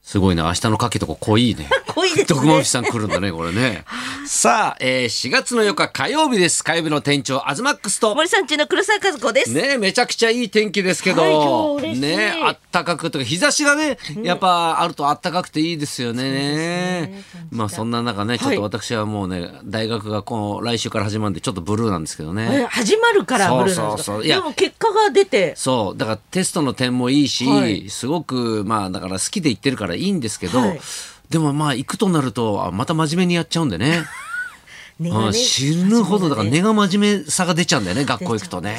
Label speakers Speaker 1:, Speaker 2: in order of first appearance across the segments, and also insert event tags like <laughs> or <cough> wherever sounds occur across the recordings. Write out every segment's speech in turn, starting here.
Speaker 1: すごいな。明日のかけとか濃いね。
Speaker 2: <laughs> 濃いですね
Speaker 1: 徳間さん来るんだね、これ
Speaker 2: <laughs>
Speaker 1: ね。さあ、えー、4月の4日火曜日です。火曜日の店長、アズマックスと。
Speaker 2: 森さん中の黒沢和子です。
Speaker 1: ねめちゃくちゃいい天気ですけど、
Speaker 2: はい今日嬉しい
Speaker 1: ねあったかくとか日差しがねやっぱあるとあったかくていいですよねまあそんな中ねちょっと私はもうね、大学がこの来週から始まるんでちょっとブルーなんですけどね、
Speaker 2: え始まるからブルーなんですか
Speaker 1: そうそうそういや
Speaker 2: でも結果が出て、
Speaker 1: そうだからテストの点もいいし、
Speaker 2: はい
Speaker 1: すごくまあだから好きで行ってるからいいんですけど、
Speaker 2: はい
Speaker 1: でもまあ行くとなるとあまた真面目にやっちゃうんで
Speaker 2: <laughs>
Speaker 1: ね
Speaker 2: ね
Speaker 1: うん死ぬほどだから根が真面目さが出ちゃうんだよね学校行くとね。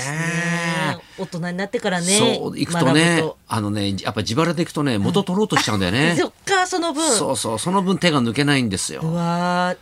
Speaker 2: 大人になってからね。
Speaker 1: そう行くとね
Speaker 2: 学ぶと
Speaker 1: あのねやっぱ自腹で行くとね元取ろうとしちゃうんだよね
Speaker 2: <laughs> そ、っかその分。
Speaker 1: そうそうその分手が抜けないんですよ、
Speaker 2: うわ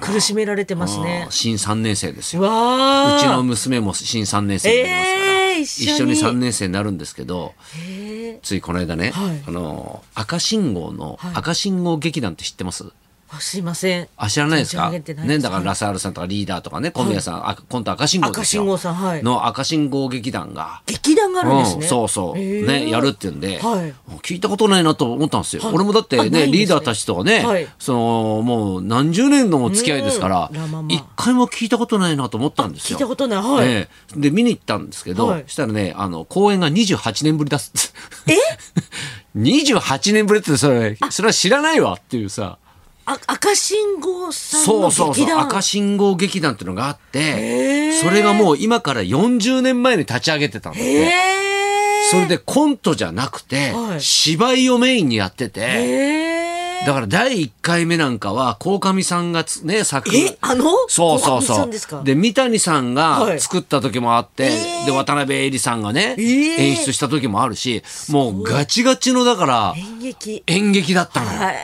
Speaker 2: ー苦しめられてますね
Speaker 1: うん。新3年生です
Speaker 2: う
Speaker 1: よ
Speaker 2: わ
Speaker 1: う
Speaker 2: ー
Speaker 1: ちの娘も新3年生になりますから、
Speaker 2: えー
Speaker 1: 一
Speaker 2: 一
Speaker 1: 緒
Speaker 2: 緒
Speaker 1: に
Speaker 2: に
Speaker 1: 3年生になるんですけど
Speaker 2: へー
Speaker 1: ついこの間ね、
Speaker 2: はい
Speaker 1: あの赤信号の、
Speaker 2: はい
Speaker 1: 赤信号劇団って知ってます
Speaker 2: あすいません。
Speaker 1: あ知らないですか
Speaker 2: 存じ上げてないです
Speaker 1: ねだからラサールさんとかリーダーとかね小宮さん、あ今度赤信号ですよ
Speaker 2: 赤信号さんはい
Speaker 1: の赤信号劇団が
Speaker 2: 劇団があるんです
Speaker 1: う
Speaker 2: ね。
Speaker 1: ん、そうそう、
Speaker 2: へー
Speaker 1: ねやるって言うんで、
Speaker 2: はい
Speaker 1: 聞いたことないなと思ったんですよ、
Speaker 2: はい
Speaker 1: 俺もだって
Speaker 2: あな
Speaker 1: ね
Speaker 2: いんですね
Speaker 1: リーダーたちとはね、
Speaker 2: はい
Speaker 1: そのもう何十年のお付き合いですから
Speaker 2: うんラママ
Speaker 1: 一回も聞いたことないなと思ったんです
Speaker 2: 聞い
Speaker 1: よ
Speaker 2: たことない。はい。
Speaker 1: ええで見に行ったんですけど、
Speaker 2: はい
Speaker 1: したらねあの公演が28年ぶりだっつ <laughs> え28年ぶりってそれそれは知らないわっていうさ
Speaker 2: あ赤信号さん
Speaker 1: そ
Speaker 2: の
Speaker 1: うそうそ
Speaker 2: 劇
Speaker 1: う
Speaker 2: 団。
Speaker 1: 赤信号劇団っていうのがあって
Speaker 2: へー
Speaker 1: それがもう今から40年前に立ち上げてたんだって。
Speaker 2: へー
Speaker 1: それでコントじゃなくて、
Speaker 2: はい
Speaker 1: 芝居をメインにやってて、
Speaker 2: へー
Speaker 1: だから第1回目なんかは、鴻上さんがつね、作
Speaker 2: えあの
Speaker 1: そうそう
Speaker 2: 鴻上
Speaker 1: そ
Speaker 2: さんですか
Speaker 1: う。で、三谷さん
Speaker 2: は
Speaker 1: が
Speaker 2: い
Speaker 1: 作った時もあって、
Speaker 2: えー
Speaker 1: で、渡辺恵里さんがね、
Speaker 2: えー
Speaker 1: 演出した時もあるし、もうガチガチのだから、
Speaker 2: 演劇。
Speaker 1: 演劇だったのよ。
Speaker 2: はい。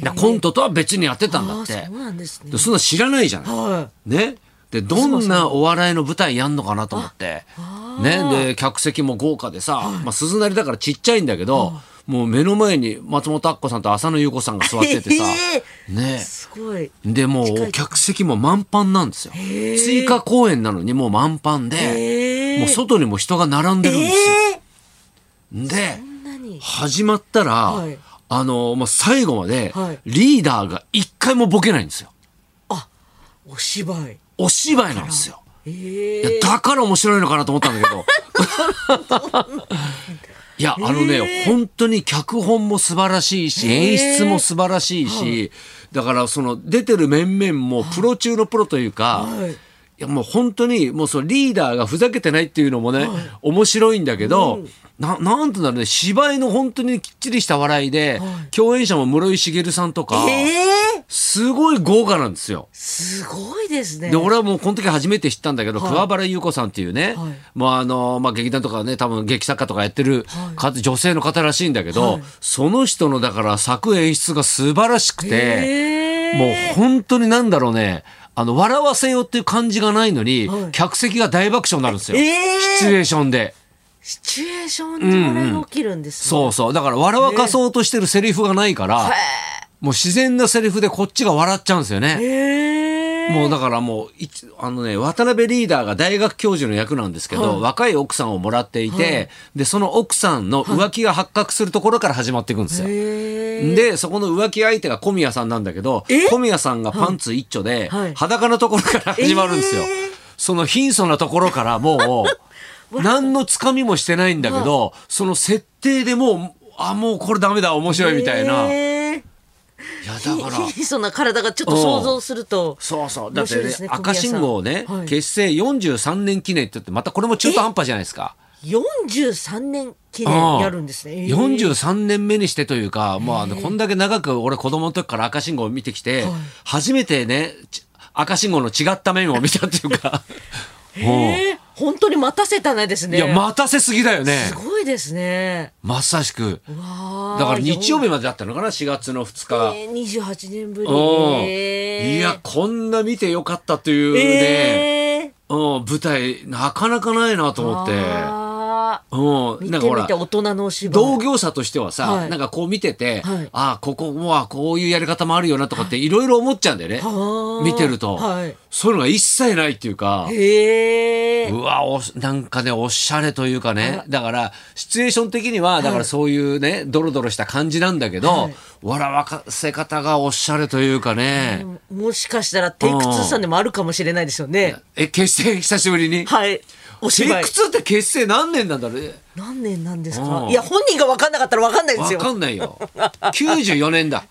Speaker 1: だからコントとは別にやってたんだって。
Speaker 2: あーそうなんですね
Speaker 1: で。そんな知らないじゃない。
Speaker 2: は
Speaker 1: ね。で、どんなお笑いの舞台やんのかなと思って。ね。で、客席も豪華でさ、まあ、鈴なりだからちっちゃいんだけど、もう目の前に松本明子さんと浅野ゆう子さんが座っててさ、
Speaker 2: えい。
Speaker 1: ね。
Speaker 2: すごい。
Speaker 1: で、も
Speaker 2: 近
Speaker 1: う
Speaker 2: い
Speaker 1: 客席も満帆なんですよ。
Speaker 2: ー
Speaker 1: 追加公演なのにもう満帆で、
Speaker 2: ええ。
Speaker 1: もう外にも人が並んでるんですよ。
Speaker 2: ええ。
Speaker 1: で、
Speaker 2: 何？
Speaker 1: 始まったら、
Speaker 2: はい
Speaker 1: あの、まあ、最後まで
Speaker 2: はい、
Speaker 1: リーダーが一回もボケないんですよ。
Speaker 2: お芝居。
Speaker 1: お芝居なんですよ。
Speaker 2: え
Speaker 1: いや
Speaker 2: え。
Speaker 1: だから面白いのかなと思ったんだけど。
Speaker 2: <laughs>
Speaker 1: いや、あのね、本当に脚本も素晴らしいし、演出も素晴らしいし、だからその出てる面々もプロ中のプロというか、
Speaker 2: はい
Speaker 1: い、やもう本当にもうそのリーダーがふざけてないっていうのもね、面白いんだけど、ななんとなるね、芝居の本当にきっちりした笑いで、共演者も室井茂さんとか、
Speaker 2: ええ。
Speaker 1: すごい豪華なんですよ。
Speaker 2: すごいですね。
Speaker 1: で俺はもうこの時初めて知ったんだけど、
Speaker 2: はい
Speaker 1: 桑原優子さんっていうね、
Speaker 2: はい
Speaker 1: まああのまあ、劇団とかね多分劇作家とかやってる、か女性の方らしいんだけど、
Speaker 2: はい
Speaker 1: その人のだから作演出が素晴らしくて、
Speaker 2: ええ。
Speaker 1: もう本当になんだろうねあの笑わせようっていう感じがないのに、
Speaker 2: はい
Speaker 1: 客席が大爆笑になるんですよ、
Speaker 2: ええ
Speaker 1: シチュエーションで。
Speaker 2: シチュエーションで笑いが起きるんですね。
Speaker 1: そうそうだから笑わかそうとしてるセリフがないから、もう自然なセリフでこっちが笑っちゃうんですよね。
Speaker 2: ええ。
Speaker 1: もうだからもういちあのね渡辺リーダーが大学教授の役なんですけど、若い奥さんをもらっていて、でその奥さんの浮気が発覚するところから始まっていくんですよ。
Speaker 2: ええ。
Speaker 1: でそこの浮気相手が小宮さんなんだけど
Speaker 2: え
Speaker 1: 小宮さんがパンツ一丁で、
Speaker 2: はいはい
Speaker 1: 裸のところから始まるんですよ。
Speaker 2: えー
Speaker 1: その貧相なところから
Speaker 2: <laughs>
Speaker 1: もう何のつかみもしてないんだけどその設定でもうあもうこれダメだ面白いみたいな。
Speaker 2: ええ
Speaker 1: いやだ
Speaker 2: ひ
Speaker 1: から
Speaker 2: ひ <laughs> そな体がちょっと想像すると。
Speaker 1: そうそう。だって、
Speaker 2: 面白いで
Speaker 1: ね
Speaker 2: すね小宮さん
Speaker 1: 赤信号ね、
Speaker 2: はい
Speaker 1: 結成43年記念って言って、またこれも中途半端じゃないですか。
Speaker 2: 43年記念
Speaker 1: うん
Speaker 2: やるんですね。ええ
Speaker 1: 43年目にしてというか、まあ、こんだけ長く俺子供の時から赤信号を見てきて、初めてね、ち赤信号の違った面を見たっていうか、
Speaker 2: <laughs> ええ本当に待たせたねです
Speaker 1: うん
Speaker 2: ね。
Speaker 1: いや、待たせすぎだよね
Speaker 2: す。ごいですね。
Speaker 1: まさしく。
Speaker 2: だ
Speaker 1: だから日曜日までだったのかな、4月の2日。
Speaker 2: 二十八年ぶり。
Speaker 1: うん
Speaker 2: えー
Speaker 1: いや、こんな見てよかったというね、
Speaker 2: えー
Speaker 1: うん、舞台、なかなかないなと思って。
Speaker 2: あ
Speaker 1: うん、
Speaker 2: 見
Speaker 1: なんか
Speaker 2: て
Speaker 1: ほ
Speaker 2: み
Speaker 1: ら
Speaker 2: て大人のお芝居
Speaker 1: 同業者としてはさ、
Speaker 2: はい
Speaker 1: なんかこう見てて、
Speaker 2: はい
Speaker 1: ああここはこういうやり方もあるよなとかっていろいろ思っちゃうんだよね、
Speaker 2: あー
Speaker 1: 見てると、
Speaker 2: はい
Speaker 1: そういうのが一切ないっていうか、
Speaker 2: へえ
Speaker 1: うわおしなんかねおしゃれというかねだからシチュエーション的にはだからそういうね、ドロドロした感じなんだけど、
Speaker 2: はい
Speaker 1: 笑わせ方がおしゃれというかね、
Speaker 2: もしかしたらテイク2さんでもあるかもしれないですよね
Speaker 1: え結成久しぶりに、
Speaker 2: はい
Speaker 1: テ
Speaker 2: お
Speaker 1: イ
Speaker 2: 芝居
Speaker 1: ク2って結成何年なんだろうね
Speaker 2: 何年なんです
Speaker 1: う
Speaker 2: か
Speaker 1: ん
Speaker 2: いや本人が分かんなかったら分かんないです
Speaker 1: わ
Speaker 2: よ
Speaker 1: かんないよ94年だ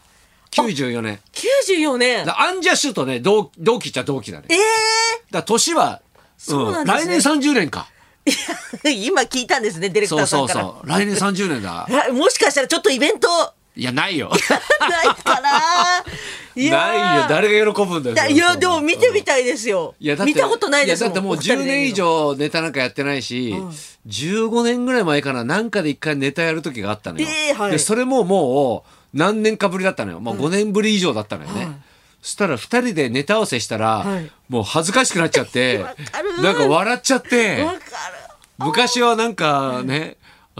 Speaker 1: 94年
Speaker 2: <laughs> 94年
Speaker 1: だアンジャッシュとね同同期っちゃ同期だね
Speaker 2: え
Speaker 1: だから年は
Speaker 2: そうなんですね
Speaker 1: 来年30年か
Speaker 2: え <laughs> 今聞いたんですねディレクタ
Speaker 1: そ
Speaker 2: ー
Speaker 1: う
Speaker 2: さ
Speaker 1: そ
Speaker 2: ん
Speaker 1: う
Speaker 2: か
Speaker 1: そ
Speaker 2: ら
Speaker 1: う <laughs> 来年30年だ
Speaker 2: あもしかしたらちょっとイベント <laughs>
Speaker 1: いやないよ
Speaker 2: ない
Speaker 1: <laughs>
Speaker 2: か <laughs> ないやー
Speaker 1: ないよ誰が喜ぶんだよ
Speaker 2: だいやでも見てみ
Speaker 1: い
Speaker 2: たいですよ
Speaker 1: いやだって
Speaker 2: 見たことないです
Speaker 1: や
Speaker 2: もん
Speaker 1: だってもう
Speaker 2: お二人
Speaker 1: 10
Speaker 2: で
Speaker 1: 年以
Speaker 2: 見るの
Speaker 1: 上ネタなんかやってないし、15年ぐらい前かななんかで一回ネタやる時があったのよ、
Speaker 2: ええはい
Speaker 1: でそれももう何年かぶりだったのよ、まあ、5年ぶり以上だったのよね、
Speaker 2: はい
Speaker 1: そしたら2人でネタ合わせしたら、
Speaker 2: はい
Speaker 1: もう恥ずかしくなっちゃって
Speaker 2: <laughs> わかる
Speaker 1: なんか笑っちゃって
Speaker 2: わか
Speaker 1: 昔はなんかね、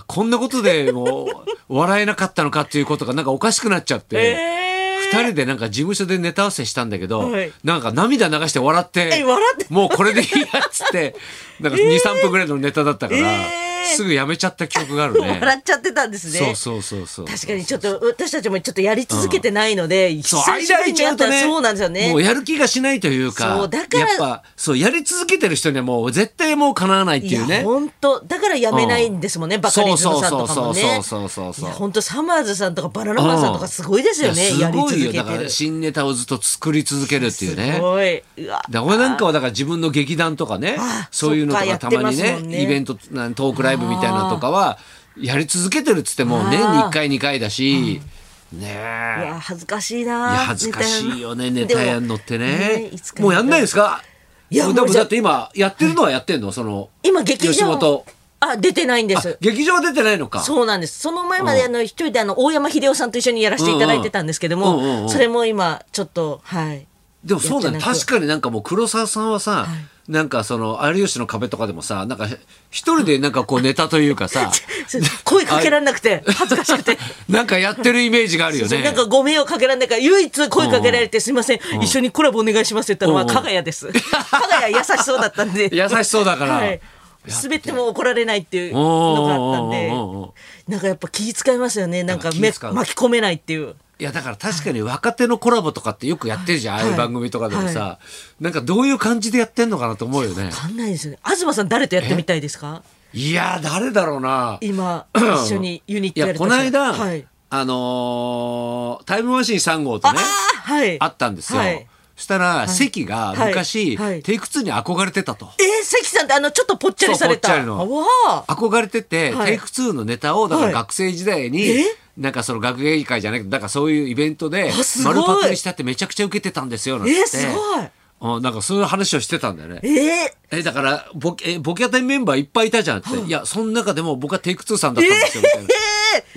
Speaker 1: こんなことでもう笑えなかったのかっていうことがなんかおかしくなっちゃっ
Speaker 2: る
Speaker 1: て、
Speaker 2: え
Speaker 1: 二
Speaker 2: ー
Speaker 1: 2人でなんか事務所でネタ合わせしたんだけど、
Speaker 2: はい
Speaker 1: なんか涙流して笑っ
Speaker 2: え
Speaker 1: て
Speaker 2: 笑って
Speaker 1: もうこれでいいやっつ
Speaker 2: <laughs>
Speaker 1: ってなんか23分ぐらいのネタだったから、
Speaker 2: えー
Speaker 1: すぐやめちゃった記憶があるね。
Speaker 2: 笑っちゃってたんですね
Speaker 1: そうそうそうそう
Speaker 2: 確かにちょっと私たちもちょっとやり続けてないので、
Speaker 1: そう
Speaker 2: 久し
Speaker 1: 間
Speaker 2: ぶ
Speaker 1: 空
Speaker 2: り
Speaker 1: い
Speaker 2: に
Speaker 1: ちゃ
Speaker 2: や
Speaker 1: う
Speaker 2: った
Speaker 1: と
Speaker 2: ら
Speaker 1: ね
Speaker 2: そうなんですよね
Speaker 1: もうやる気がしないというか
Speaker 2: そうだから
Speaker 1: やっぱそうやり続けてる人にはもう絶対もうかなわないっていう
Speaker 2: や
Speaker 1: ね
Speaker 2: 本当だからやめないんですもんね、
Speaker 1: うん
Speaker 2: バカリズムさんとかもね
Speaker 1: そうそうそうそうそうそうそう
Speaker 2: いや本当サマーズさんとかバナナマンさんとかすごいですよね、
Speaker 1: いや
Speaker 2: や
Speaker 1: す
Speaker 2: り
Speaker 1: ご
Speaker 2: 続
Speaker 1: いよ
Speaker 2: け
Speaker 1: だ
Speaker 2: て
Speaker 1: から
Speaker 2: る
Speaker 1: 新ネタをずっと作り続けるっていうね
Speaker 2: すごいうわ
Speaker 1: だから俺なんかはだから自分の劇団とかね
Speaker 2: あ
Speaker 1: そういうのと
Speaker 2: そ
Speaker 1: か
Speaker 2: っか
Speaker 1: たまに
Speaker 2: やって
Speaker 1: ね
Speaker 2: ますもんね
Speaker 1: イベントなんトークライブみたいなのとかはやり続けてるっつっても年に
Speaker 2: あー
Speaker 1: 1回2回だし、ね
Speaker 2: い
Speaker 1: え
Speaker 2: や恥ずかしい
Speaker 1: い
Speaker 2: な
Speaker 1: や恥ずかしいよねネ
Speaker 2: でも
Speaker 1: タやんのって
Speaker 2: ね
Speaker 1: ね
Speaker 2: いつか
Speaker 1: もうやんないですか
Speaker 2: いや
Speaker 1: で
Speaker 2: も
Speaker 1: も
Speaker 2: うじゃ
Speaker 1: だって今やってるのはやってんのその
Speaker 2: 今劇場
Speaker 1: 吉本
Speaker 2: あ出てないんで
Speaker 1: あ
Speaker 2: す
Speaker 1: 劇場は出てないのか
Speaker 2: そうなんですその前まであの一人であの大山秀夫さんと一緒にやらせていただいてたんですけども、
Speaker 1: うんうんうんうん
Speaker 2: それも今ちょっとはい
Speaker 1: でもそうだね
Speaker 2: やってなく
Speaker 1: 確かになんかもう黒沢さんはさ、なんかその「有吉の壁」とかでもさなんか一人でなんかこうネタというかさ
Speaker 2: そう声かけられな
Speaker 1: <laughs>
Speaker 2: くて <laughs> 恥ずかしくて。
Speaker 1: なんかやってるイメージがあるよ
Speaker 2: そう
Speaker 1: ね
Speaker 2: なんかご迷惑かけられないから唯一声かけられて「すいません一緒にコラボお願いします」って言った
Speaker 1: う
Speaker 2: の
Speaker 1: んう
Speaker 2: は
Speaker 1: ん
Speaker 2: 加賀谷です <laughs> 加賀谷優しそうだったんで
Speaker 1: <laughs> 優しそうだから、
Speaker 2: はい滑っても怒られないっていうのがあったんで
Speaker 1: うんうんうんうんうん
Speaker 2: なんかやっぱ気遣いますよねなんか
Speaker 1: なんか
Speaker 2: 目
Speaker 1: 気遣う
Speaker 2: 巻き込めないっていう
Speaker 1: いやだから確かに若手のコラボとかってよくやってるじゃん、
Speaker 2: はい
Speaker 1: ああいう番組とかでもさ、なんかどういう感じでやってんのかなと思うよね
Speaker 2: わかんないですよね東さん誰とやってみたいですか
Speaker 1: いやー誰だろうな <coughs>
Speaker 2: 今一緒にユニッ
Speaker 1: い
Speaker 2: トや
Speaker 1: や
Speaker 2: る
Speaker 1: ことの
Speaker 2: したら
Speaker 1: 間、
Speaker 2: はい
Speaker 1: あのータイムマシーン3号と
Speaker 2: あ
Speaker 1: ね
Speaker 2: ーはい
Speaker 1: あったんですよ、
Speaker 2: はい
Speaker 1: したら関が昔、
Speaker 2: はいはい
Speaker 1: テイク2に憧れてたと。
Speaker 2: えー関さんってあのちょっとぽっちゃりされた
Speaker 1: そうぽっちゃりの
Speaker 2: わあ
Speaker 1: 憧れてて、
Speaker 2: はい
Speaker 1: テイク2のネタをだか
Speaker 2: は
Speaker 1: ら
Speaker 2: い
Speaker 1: 学生時代に、
Speaker 2: え
Speaker 1: なんかその学芸会じゃなくてだからそういうイベントで
Speaker 2: あすごい
Speaker 1: 丸パクにしたってめちゃくちゃ受けてたんですよなん
Speaker 2: え
Speaker 1: て
Speaker 2: ーすごい
Speaker 1: うんなんかそういう話をしてたんだよね
Speaker 2: えー
Speaker 1: えだからボケえボケ当たりメンバーいっぱいいたじゃんって、い、やその中でも僕はテイク2さんだったんですよみたいな、
Speaker 2: <laughs> えー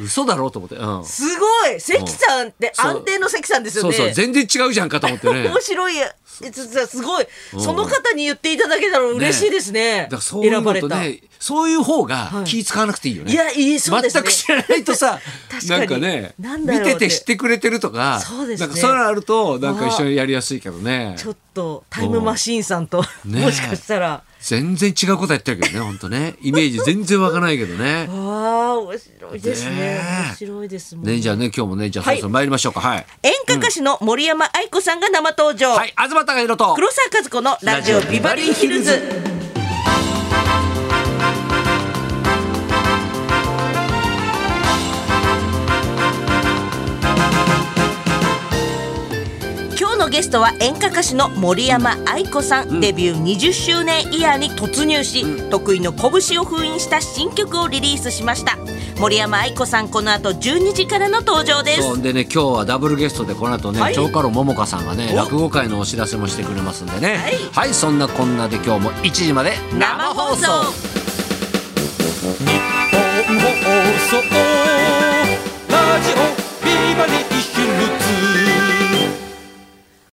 Speaker 1: 嘘だろうと思って、うん、
Speaker 2: すごい関さんって
Speaker 1: うん
Speaker 2: 安定の関さんですよ
Speaker 1: そう
Speaker 2: ね。
Speaker 1: そう全然違うじゃんかと思ってね
Speaker 2: <laughs> 面白いえ実はすごいその方に言っていただけたら嬉しいですね
Speaker 1: だからそういう
Speaker 2: 選ば
Speaker 1: の
Speaker 2: れ
Speaker 1: と
Speaker 2: た
Speaker 1: ねそういう方
Speaker 2: は
Speaker 1: が
Speaker 2: い
Speaker 1: 気使わなくていいよね、
Speaker 2: いやいいそうですね
Speaker 1: 全く知らないとさ
Speaker 2: <laughs> 確かに
Speaker 1: なんかね
Speaker 2: なんだろう
Speaker 1: 見
Speaker 2: って
Speaker 1: てて知ってくれてるとか
Speaker 2: そうですね
Speaker 1: なんかそういうのあるとなんか一緒にやりやすいけどね
Speaker 2: ちょっとタイムマシーンさんと、
Speaker 1: うんねえ
Speaker 2: もしかしたら
Speaker 1: 全然違うことやってるけどね本当ねイメージ <laughs> 全然わかないけどね
Speaker 2: あー面白いですね
Speaker 1: ねえ
Speaker 2: 面白いですもん
Speaker 1: ねじゃあね今日もねじゃあそろそろ参りましょうかはい、
Speaker 2: 演歌歌手の森山愛子さんが生登場、
Speaker 1: はい、東貴弘と
Speaker 2: 黒沢和子のラジオビバリーヒルズ今日のゲストは演歌歌手の森山愛子さん、デビュー20周年イヤーに突入し、得意の拳を封印した新曲をリリースしました森山愛子さんこの後12時からの登場です
Speaker 1: そうでね今日はダブルゲストでこの後ね、
Speaker 2: はい
Speaker 1: 長家老桃香さんがね
Speaker 2: お
Speaker 1: 落語会のお知らせもしてくれますんでね
Speaker 2: はい
Speaker 1: はい、そんなこんなで今日も1時まで
Speaker 2: 生放送